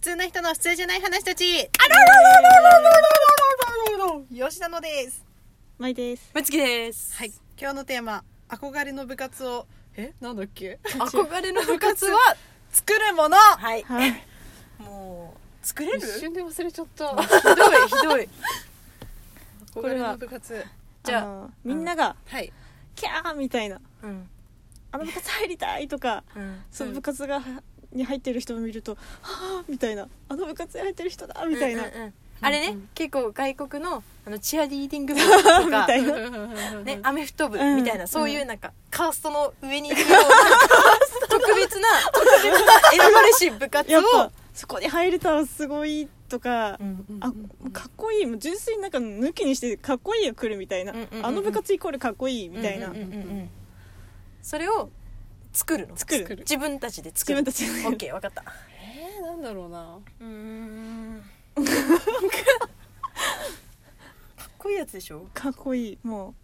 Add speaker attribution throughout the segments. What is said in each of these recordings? Speaker 1: 通な人の普通じゃない話たち
Speaker 2: あららららららららら
Speaker 1: 吉田のです
Speaker 3: まいです。
Speaker 2: まつきです。
Speaker 1: はい今日のテーマ憧れの部活をえなんだっけ
Speaker 2: 憧れの部活は、
Speaker 1: 作るもの
Speaker 2: はい。
Speaker 3: はい。
Speaker 2: もう、作れる
Speaker 1: 一瞬で忘れちゃった
Speaker 2: ひどい、ひどい。
Speaker 1: 憧れの部活
Speaker 2: じゃあ
Speaker 3: あのみんなが、
Speaker 1: はい
Speaker 3: キャーみたいな、
Speaker 2: うん。
Speaker 3: あの部活入りたいとか、
Speaker 2: うん。
Speaker 3: その部活が、に入ってる人を見ると、はぁみたいな、あの部活に入ってる人だみたいな、
Speaker 2: うんうんうんあれね、
Speaker 1: うん
Speaker 2: 結構外国のあのチアリーディング部とか
Speaker 3: みたいな。
Speaker 2: ね、アメフト部
Speaker 3: うん
Speaker 2: みたいな、そういうなんかカーストの上にいるような特別な特別な選ばれし部 活
Speaker 3: や
Speaker 2: を
Speaker 3: っぱ、そこに入れたらすごいとか、
Speaker 2: うん
Speaker 3: あかっこいいもう純粋になんか抜きにしてかっこいいが来るみたいな、
Speaker 2: うんうんうんうん
Speaker 3: あの部活イコールかっこいいみたいな、
Speaker 2: うんうんうんうんそれを作るの
Speaker 3: 作る
Speaker 2: 自分たちで
Speaker 3: 自
Speaker 2: 作る
Speaker 3: 分たち
Speaker 2: オ
Speaker 3: の
Speaker 2: ッケー分かった
Speaker 1: えーなんだろうな
Speaker 2: うんかっ こいいやつでしょ
Speaker 3: かっこいいも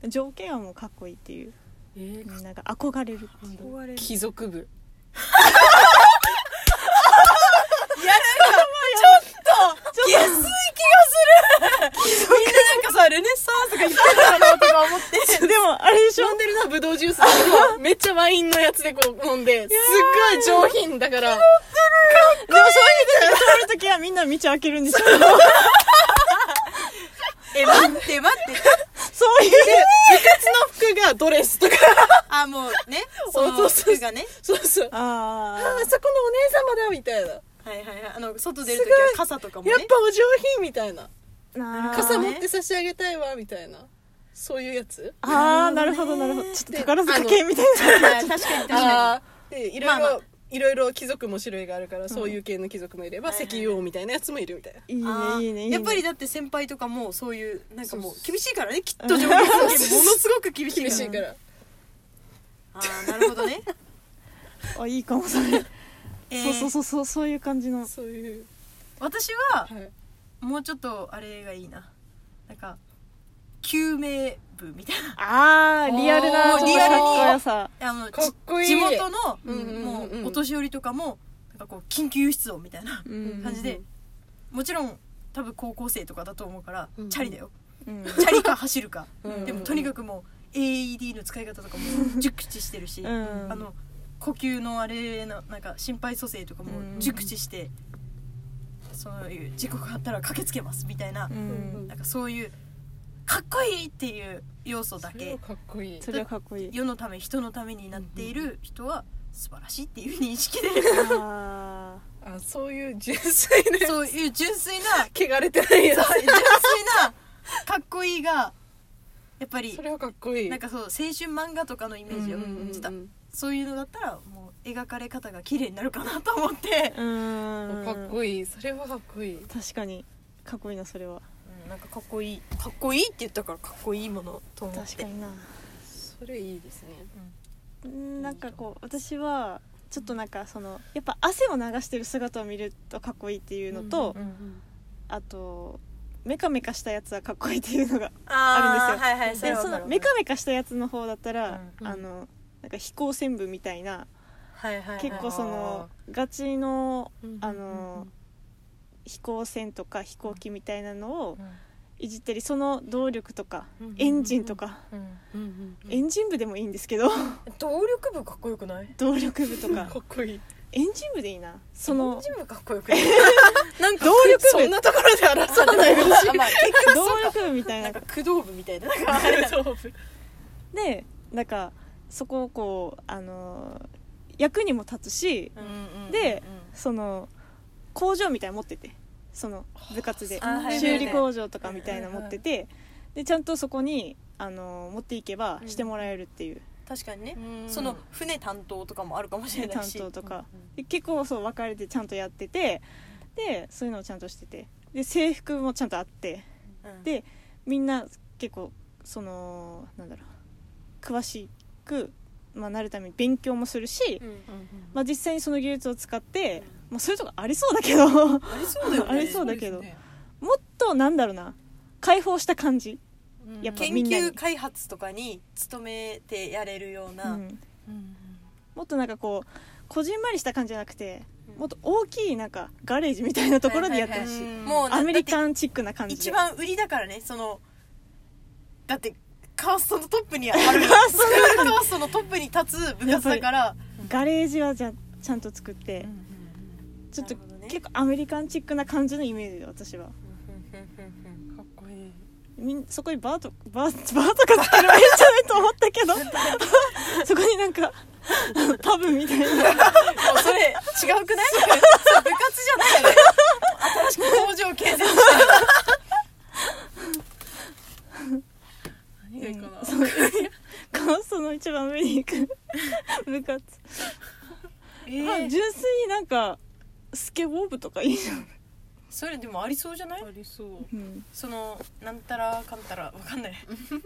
Speaker 3: う条件はもうかっこいいっていう
Speaker 1: えー
Speaker 3: みんなが憧れる
Speaker 1: なんだろう
Speaker 2: れ
Speaker 1: 貴族部
Speaker 2: 下水気がするみんななんかさルネサンスが言ってたのかなとか思っ て
Speaker 3: でもあれでしょ
Speaker 1: 飲んでるなブドウジュースだ けどめっちゃワインのやつでこう飲んですっごい上品だから
Speaker 3: でもそういう時通る時はみんな道開けるんですよ
Speaker 2: え待って待って
Speaker 3: そういう
Speaker 1: 部活の服がドレスとか
Speaker 2: あもうね
Speaker 1: そ
Speaker 2: そ
Speaker 1: の
Speaker 2: の
Speaker 1: 服
Speaker 2: 服がね
Speaker 1: そうそうああ
Speaker 3: あ
Speaker 1: そこのお姉様だみたいなやっ
Speaker 2: はいはいはいあの外出
Speaker 1: す
Speaker 2: ると
Speaker 1: ご
Speaker 2: き
Speaker 1: い
Speaker 2: は傘とかもね
Speaker 1: ぱお上品みたいな
Speaker 3: ーなあ
Speaker 1: 傘持って差し上げたいわみたいなそういうやつ
Speaker 3: あーなるほどなるほどちょっと宝塚系みたい
Speaker 2: はい確かに確か
Speaker 1: あーでいろいろ、
Speaker 2: まあまあ
Speaker 1: いろいろ貴族も種類があるから、そういう系の貴族もいれば
Speaker 2: はいはい
Speaker 1: 石油王みたいなやつもいるみたいな
Speaker 3: にいい
Speaker 2: にあー
Speaker 3: ねいいねいいね
Speaker 2: やっぱりだって先輩とかもそういうなんかもう
Speaker 1: そう
Speaker 2: 厳しいからねきっと上級生ものすごく厳しい
Speaker 1: 厳しい
Speaker 2: か
Speaker 1: からら
Speaker 2: ああなるほど ね
Speaker 3: あいいかもそれ、
Speaker 2: えー
Speaker 3: そうそうそうそうそういう感じの
Speaker 1: そういう
Speaker 2: 私は
Speaker 1: はい
Speaker 2: もうちょっとあれがいいななんか救命部みたい
Speaker 3: あーリアルな
Speaker 2: あー
Speaker 3: ちょっとかっこよさ
Speaker 2: なあの
Speaker 1: かっこいい
Speaker 2: 地元の
Speaker 1: うんうんうんうん
Speaker 2: もうお年寄りとかもなんかこう緊急輸出をみたいな
Speaker 3: うん
Speaker 2: 感じでもちろん多分高校生とかだと思うから
Speaker 1: うんうん
Speaker 2: チャリだよ
Speaker 3: うん
Speaker 2: チャリか走るか
Speaker 1: うん
Speaker 2: でもとにかくもう AED の使い方とかも熟知してるし、
Speaker 3: うん
Speaker 2: あの呼吸のあれのなんか心肺蘇生とかも熟知して、そういう事故があったら駆けつけますみたいな,、
Speaker 3: うん
Speaker 2: なんかそういうかっこいいっていう要素だ
Speaker 1: それ
Speaker 2: け
Speaker 1: はかっこいい
Speaker 3: それはかっこいい
Speaker 2: 世のため人のためになっている人は素晴らしいっていう認 識で
Speaker 3: あ
Speaker 1: あそういう純粋な
Speaker 2: そういう純粋な
Speaker 1: 汚れてない や
Speaker 2: そういう純粋なかっこいいがやっぱ
Speaker 1: つ
Speaker 2: り
Speaker 1: それはかっこいい
Speaker 2: なんかそう青春漫画とかのイメージをしてた。そういうのだったらもう描かれ方が綺麗になるかなと思って
Speaker 3: ー、うん
Speaker 1: かっこいいそれはかっこいい
Speaker 3: 確かにかっこいいなそれは
Speaker 2: うんなんかかっこいいかっこいいって言ったからかっこいいものと思って
Speaker 3: 確かにな
Speaker 1: それいいですね
Speaker 3: うんなんかこう私はちょっとなんかそのやっぱ汗を流してる姿を見るとかっこいいっていうのと、
Speaker 2: うんうんうん
Speaker 3: あとメカメカしたやつはかっこいいっていうのが
Speaker 2: あ
Speaker 3: あるんですよ
Speaker 2: はい はいそれ
Speaker 3: で
Speaker 2: は
Speaker 3: そ
Speaker 2: 分か
Speaker 3: の
Speaker 2: る
Speaker 3: メカメカしたやつの方だったら、
Speaker 1: うん
Speaker 3: あのなんか飛行船部みたいな
Speaker 2: はいはいはい
Speaker 3: 結構そのガチのあの飛行船とか飛行機みたいなのをいじったりその動力とか
Speaker 2: うん
Speaker 3: エンジンとか
Speaker 2: うん
Speaker 3: エンジン部でもいいんですけ ど
Speaker 2: 動力部かっこよくない
Speaker 3: 動力部とか
Speaker 1: かっこいい
Speaker 3: エンジン部でいいなそ
Speaker 2: エン
Speaker 3: の
Speaker 2: ジン部かっこよくないなんか
Speaker 3: 動力部
Speaker 1: そんなところで争わないでほしい
Speaker 2: あまあ結局
Speaker 3: 動力部みたいな
Speaker 2: な
Speaker 3: ん
Speaker 2: か駆動部みたいななんかあれだ
Speaker 3: でなんかそこをこうあのー役にも立つし
Speaker 2: うんうんうん
Speaker 3: でその工場みたいなの持っててその部活で
Speaker 2: あはいはいはい
Speaker 3: 修理工場とかみたいなの持っててでちゃんとそこにあのー持っていけばしてもらえるっていう
Speaker 2: 確かにね
Speaker 1: うん
Speaker 2: その船担当とかもあるかもしれな
Speaker 3: 担
Speaker 2: いし
Speaker 3: 当とかで結構そう分かれてちゃんとやっててでそういうのをちゃんとしててで制服もちゃんとあって
Speaker 2: うん
Speaker 3: でみんな結構そのなんだろう詳しく、まあ、なるために勉強もするし、
Speaker 2: うん
Speaker 3: まあ、実際にその技術を使って、まあ、そういうとこありそうだけど もっ
Speaker 2: ありそうだよね
Speaker 3: ありそうだけどとなんだろうな解放した感じ、やっぱ
Speaker 2: 研
Speaker 3: みんなに
Speaker 2: 究開発とかに勤めてやれるよう
Speaker 3: う
Speaker 2: な、
Speaker 3: ん、もっとなんかこうこじんまりした感じじゃなくてもっと大きいなんかガレージみたいなところでやってほしい,、
Speaker 1: うん
Speaker 2: もうな
Speaker 3: アメリカンチックな感じで
Speaker 2: 一番売りだからねそのだってカーストのトップにある
Speaker 3: ストの
Speaker 2: カーストのトップに立つ部活だから
Speaker 3: ガレージはじゃあちゃんと作って、ちょっと
Speaker 2: なるほどね
Speaker 3: 結構アメリカンチックな感じのイメージで私は
Speaker 1: かっこいい
Speaker 3: みんそこにバーとバ ーバーとかつければいいんじゃないと思ったけど そこになん かあのパブみたいな
Speaker 2: もうそれ違うくないそれ部活じゃないよね新しく工場を建設して
Speaker 1: 何がいいかな、
Speaker 3: そう カーストの一番上に行く部活、
Speaker 2: る、
Speaker 3: まあ純粋になんかスケボー部とかいいじゃん、
Speaker 2: それでもありそうじゃない
Speaker 1: ありそう
Speaker 3: うん、
Speaker 2: そのなんたらかんたらわかんない、 うん、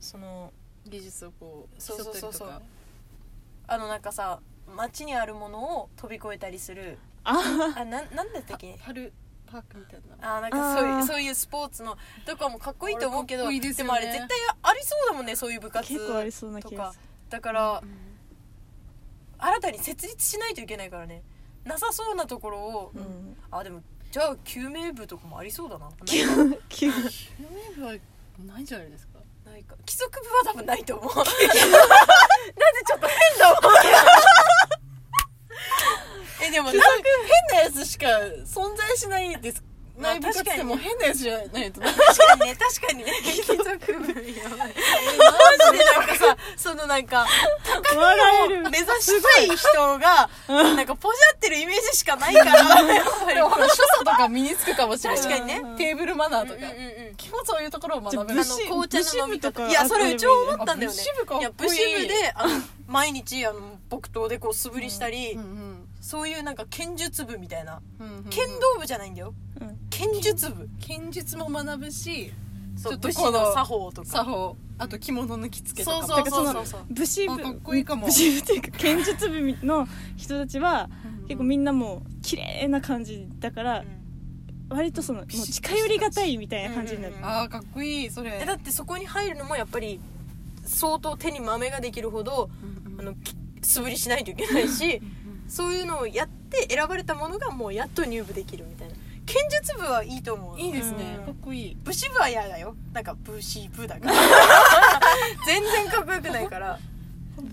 Speaker 2: その
Speaker 1: 技術をこう
Speaker 2: そうそうそうそ
Speaker 1: 競っ
Speaker 2: う
Speaker 1: たり
Speaker 2: あのなんかさ街にあるものを飛び越えたりする
Speaker 3: あ
Speaker 2: あなんなんだったっけ
Speaker 1: とかパルパークみたいな
Speaker 2: あーなんかそうい
Speaker 3: あ
Speaker 2: う
Speaker 3: ー
Speaker 2: そういうスポーツのとかもかっこいいと思うけど
Speaker 1: あれかっこいいですよね
Speaker 2: もあれ絶対ありそうだもんねそういう部
Speaker 3: あ
Speaker 2: 活
Speaker 3: 結構ありそうな気がす
Speaker 2: だから
Speaker 1: うん
Speaker 2: 新たに設立しないといけないからねなさそうなところを、
Speaker 3: る、うん、
Speaker 2: あでもじゃあ救命部とかもありそうだな
Speaker 3: 急
Speaker 1: 救
Speaker 3: 急
Speaker 1: 命部はないんじゃないですか
Speaker 2: ないか貴族部は多分ないと思う なんでちょっと変だ もんえでもなんか
Speaker 1: 変なやつしか存在しないです
Speaker 2: まあ
Speaker 1: ない部活
Speaker 2: 確か
Speaker 1: で
Speaker 2: に
Speaker 1: も変なやつじゃないと
Speaker 2: 確かにね確かにね貴族部マジでなんかさ そのなんか
Speaker 3: 笑える
Speaker 2: 目指したい人がなんかポジャってるイメージしかない からやっぱり
Speaker 1: でもほら所作とか身につくかもしれない
Speaker 2: 確かにね
Speaker 1: テーブルマナーとか、
Speaker 2: うん
Speaker 1: 基本そういうところを学べ
Speaker 3: 武
Speaker 1: る
Speaker 2: あ
Speaker 3: 士
Speaker 2: の紅茶の飲み
Speaker 3: 武士部と
Speaker 2: 方
Speaker 3: か
Speaker 2: いやそれうち思ったんだ
Speaker 1: あ
Speaker 2: よね
Speaker 1: 武士部かっこいい
Speaker 2: や武士部であの毎日あの木刀でこう素振りしたり、
Speaker 1: うんうん
Speaker 2: そういうなんか剣術部みたいな
Speaker 1: うんうんうん
Speaker 2: 剣道部じゃないんだよ
Speaker 3: うん
Speaker 2: 剣術部
Speaker 1: 剣術も学ぶし
Speaker 2: そ
Speaker 1: ち
Speaker 2: う
Speaker 1: ょっと
Speaker 2: 武士
Speaker 1: こ
Speaker 2: の
Speaker 1: の
Speaker 2: 作法とか
Speaker 1: 作法あと着物の着付けとか
Speaker 2: そう
Speaker 1: も
Speaker 2: そう
Speaker 3: だ
Speaker 2: そう
Speaker 3: か
Speaker 2: そ
Speaker 3: ら
Speaker 2: うそう
Speaker 3: 武士
Speaker 1: あ
Speaker 3: 部
Speaker 1: かっこいいかも
Speaker 3: 武士部っていうか剣術部の人たちは結構みんなもう綺麗な感じだから割とそのもう近寄りがたいみたいな感じになる
Speaker 2: うんうん
Speaker 1: あーかっこいいそれ
Speaker 2: えだってそこに入るのもやっぱり相当手に豆ができるほどあのき素振りしないといけないしそういうのをやって選ばれたものがもうやっと入部できるみたいな剣術部はいいと思う
Speaker 1: いいですね
Speaker 2: うん
Speaker 1: かっこいい
Speaker 2: 武士部は嫌だよなんか武士部 だから全然かっこよくないから
Speaker 1: か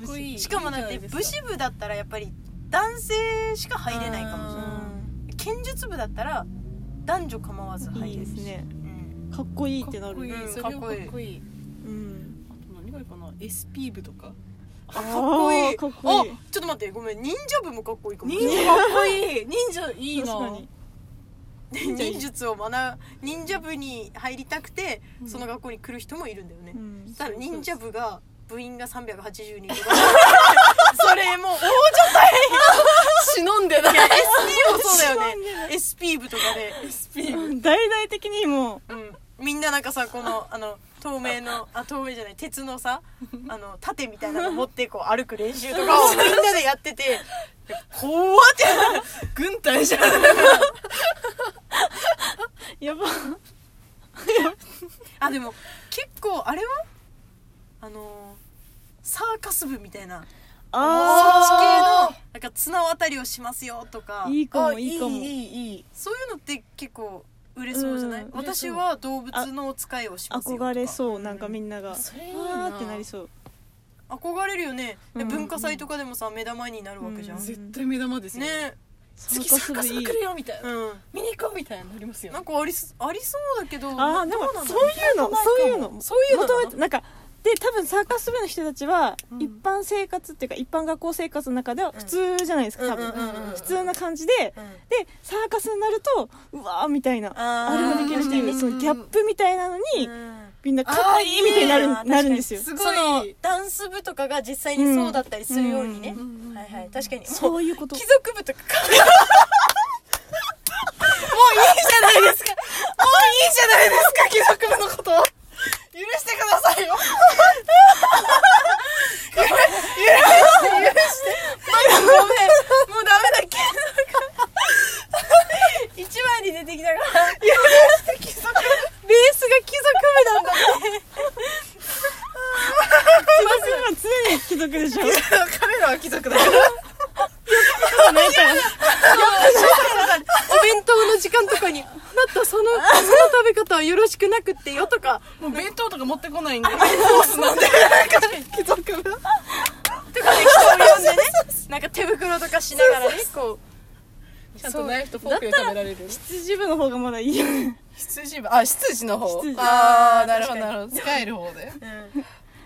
Speaker 1: っこいい
Speaker 2: しかもだって武士部だったらやっぱり男性しか入れないかもしれな
Speaker 1: う
Speaker 2: い剣術部だったら男女構わず入れ
Speaker 3: い
Speaker 2: る
Speaker 3: いですね
Speaker 2: うん
Speaker 3: かっこいい
Speaker 1: か
Speaker 3: っ
Speaker 1: って
Speaker 3: な
Speaker 1: こい
Speaker 3: る
Speaker 1: い
Speaker 2: うん
Speaker 1: それはかっ
Speaker 2: かっ
Speaker 1: こいい
Speaker 3: うん
Speaker 1: あと何がいいかな SP 部とか
Speaker 2: あかっこい
Speaker 3: あー
Speaker 2: い
Speaker 3: かっこいい
Speaker 2: あちょっと待ってごめん忍者部もかっこいいかも
Speaker 1: 忍者かっこいい忍者いいな
Speaker 3: 確かに
Speaker 2: 忍忍術を学ぶ忍者部に入りたくてその学校に来る人もいるんだよね、
Speaker 3: うん
Speaker 2: ただ忍者部が部員が380人 それもう
Speaker 1: 忍んでない
Speaker 2: SP もそうだよね SP 部とかで、
Speaker 1: SP
Speaker 3: うん大々的にも
Speaker 2: うん、みんななんかさこのあの透明のあ透明じゃない鉄のさあの盾みたいなの持ってこう歩く練習とかをみんなでやってて怖って
Speaker 1: 軍隊じゃん
Speaker 3: うやば
Speaker 2: あでも結構あれはあのサーカス部みたいな
Speaker 3: あ
Speaker 2: そっち系のなんか綱渡りをしますよとか
Speaker 3: いいかも
Speaker 1: あ
Speaker 3: いいかも
Speaker 1: いいいい
Speaker 2: そういうのって結構売れそうじゃない、
Speaker 3: うん
Speaker 2: 私は動物のお使いをしますよとか
Speaker 3: 憧れそうなんかみんながわ
Speaker 1: それいいな
Speaker 3: ーってなりそう
Speaker 2: 憧れるよね、で
Speaker 3: うん
Speaker 2: 文化祭とかでもさ目玉になるわけじゃん、
Speaker 3: うん
Speaker 1: 絶対目玉ですよ
Speaker 2: ね
Speaker 1: 次サーカス
Speaker 3: い
Speaker 1: が
Speaker 3: い
Speaker 1: 来るよみたいな
Speaker 2: う
Speaker 1: 見に行こうみたいになります
Speaker 2: ん
Speaker 1: よ
Speaker 2: なんかありすありそうだけど
Speaker 3: あーでも
Speaker 2: どうなん
Speaker 3: そ
Speaker 2: だろ
Speaker 3: ういうのそういうの
Speaker 2: そういうのなの
Speaker 3: 求めてなんかで多分サーカス部の人たちは
Speaker 2: うん
Speaker 3: 一般生活っていうか一般学校生活の中では普通じゃないですか多
Speaker 2: うんうんうんうん
Speaker 3: 分普通な感じで
Speaker 2: うん
Speaker 3: でサーカスになるとうわーみたいな
Speaker 2: あ
Speaker 3: あれもできるってい
Speaker 1: うんうん
Speaker 3: う
Speaker 1: うん
Speaker 3: そのギャップみたいなのに
Speaker 2: うん
Speaker 3: みんなかっこいいみたいになる
Speaker 2: あーいいね
Speaker 3: なるんですよ
Speaker 1: す
Speaker 2: そ
Speaker 1: ご
Speaker 2: の
Speaker 1: い
Speaker 2: ダンス部とかが実際にそうだったりするようにね、
Speaker 3: う
Speaker 2: はいはい確かにも
Speaker 3: そうういうこと
Speaker 2: 貴族部とかかもういいじゃないですかもういいじゃないですか貴族部のこと許してくださいよごめん、もうダメだっけ一番に出てきたから。いや、貴族ベースが貴族部なんだね。
Speaker 3: 貴族は常に貴族でしょ
Speaker 2: 彼らは貴族だから。
Speaker 3: なんか
Speaker 2: 弁当の時間とかに「なったそのその食べ方はよろしくなくってよ」とか
Speaker 1: もう弁当とか持ってこないんでコースなんで貴族が
Speaker 2: とかね人を呼んでねなんか手袋とかしながらねこう
Speaker 1: ちゃんとナイフとフォークで食べられる
Speaker 3: 羊部の方がまだいいよね
Speaker 1: 羊部あ羊の方
Speaker 3: 羊
Speaker 1: ああなるほど
Speaker 2: 確
Speaker 1: な
Speaker 2: か
Speaker 1: るほど使える方 で
Speaker 2: うん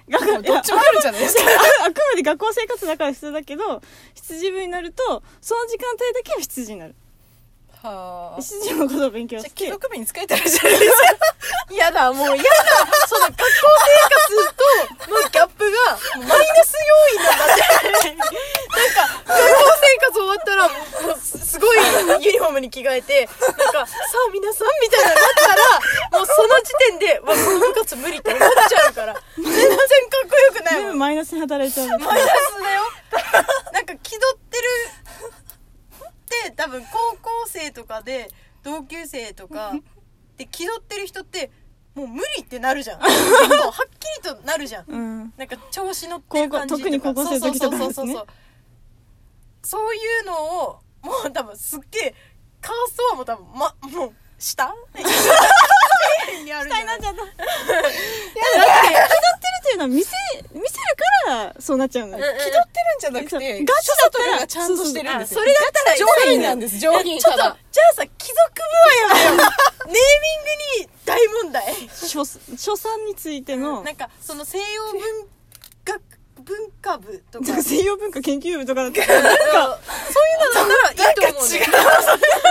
Speaker 3: 学
Speaker 1: もうどっちもあるじゃないですか
Speaker 3: いやあくまで学校生活だから必要だけど羊部になるとその時間帯だけは羊になる
Speaker 1: はあじ
Speaker 3: 羊のことを勉強
Speaker 1: ゃあ
Speaker 3: し
Speaker 1: 貴
Speaker 3: て
Speaker 1: 族部に使えたらいいじゃないですか
Speaker 2: 嫌だもう嫌だその学校生活とのギャップがマイナス要因なんだってなんか学校生活終わったらもうすごいユニフォームに着替えてなんかさあ皆さんみたいなのになったらもうその時点でわこの部活無理って思っちゃうから全然かっこよくない
Speaker 3: 全
Speaker 2: も
Speaker 3: 部
Speaker 2: ん
Speaker 3: マイナスに働いちゃうみたいな
Speaker 2: マイナスだよなんか気取ってるって多分高校生とかで同級生とかで気取ってる人ってもう無理ってなるじゃんもうはっきりとなるじゃん
Speaker 3: うん
Speaker 2: なんか調子乗ってる感じ
Speaker 3: 高校
Speaker 2: とか
Speaker 3: 特に高校生の時とかですね
Speaker 2: そうそうそうそうそういうのをもう多分すっげえカーストはもう多分まもう 下にあるじゃん
Speaker 3: なっちゃった。いや、だって、気取ってるっていうのは見せ、見せるから、そうなっちゃうの
Speaker 2: う
Speaker 3: よ
Speaker 2: んうん。
Speaker 1: 気取ってるんじゃなく
Speaker 3: そうガ
Speaker 1: て
Speaker 3: チだったら
Speaker 1: 著作がちゃんとしてるんですよ
Speaker 2: それだったら
Speaker 1: 上品なんです上品
Speaker 2: ちょっとじゃ
Speaker 1: ただ
Speaker 2: あさ貴族部はやめようネーミングに大問題
Speaker 3: 書、書産についての
Speaker 2: な、んかその西洋文学文化部とかそうい う
Speaker 3: 西洋文化研究部とかだったら、なんか、
Speaker 2: のだったらいいと思う、ね、
Speaker 1: なんか違う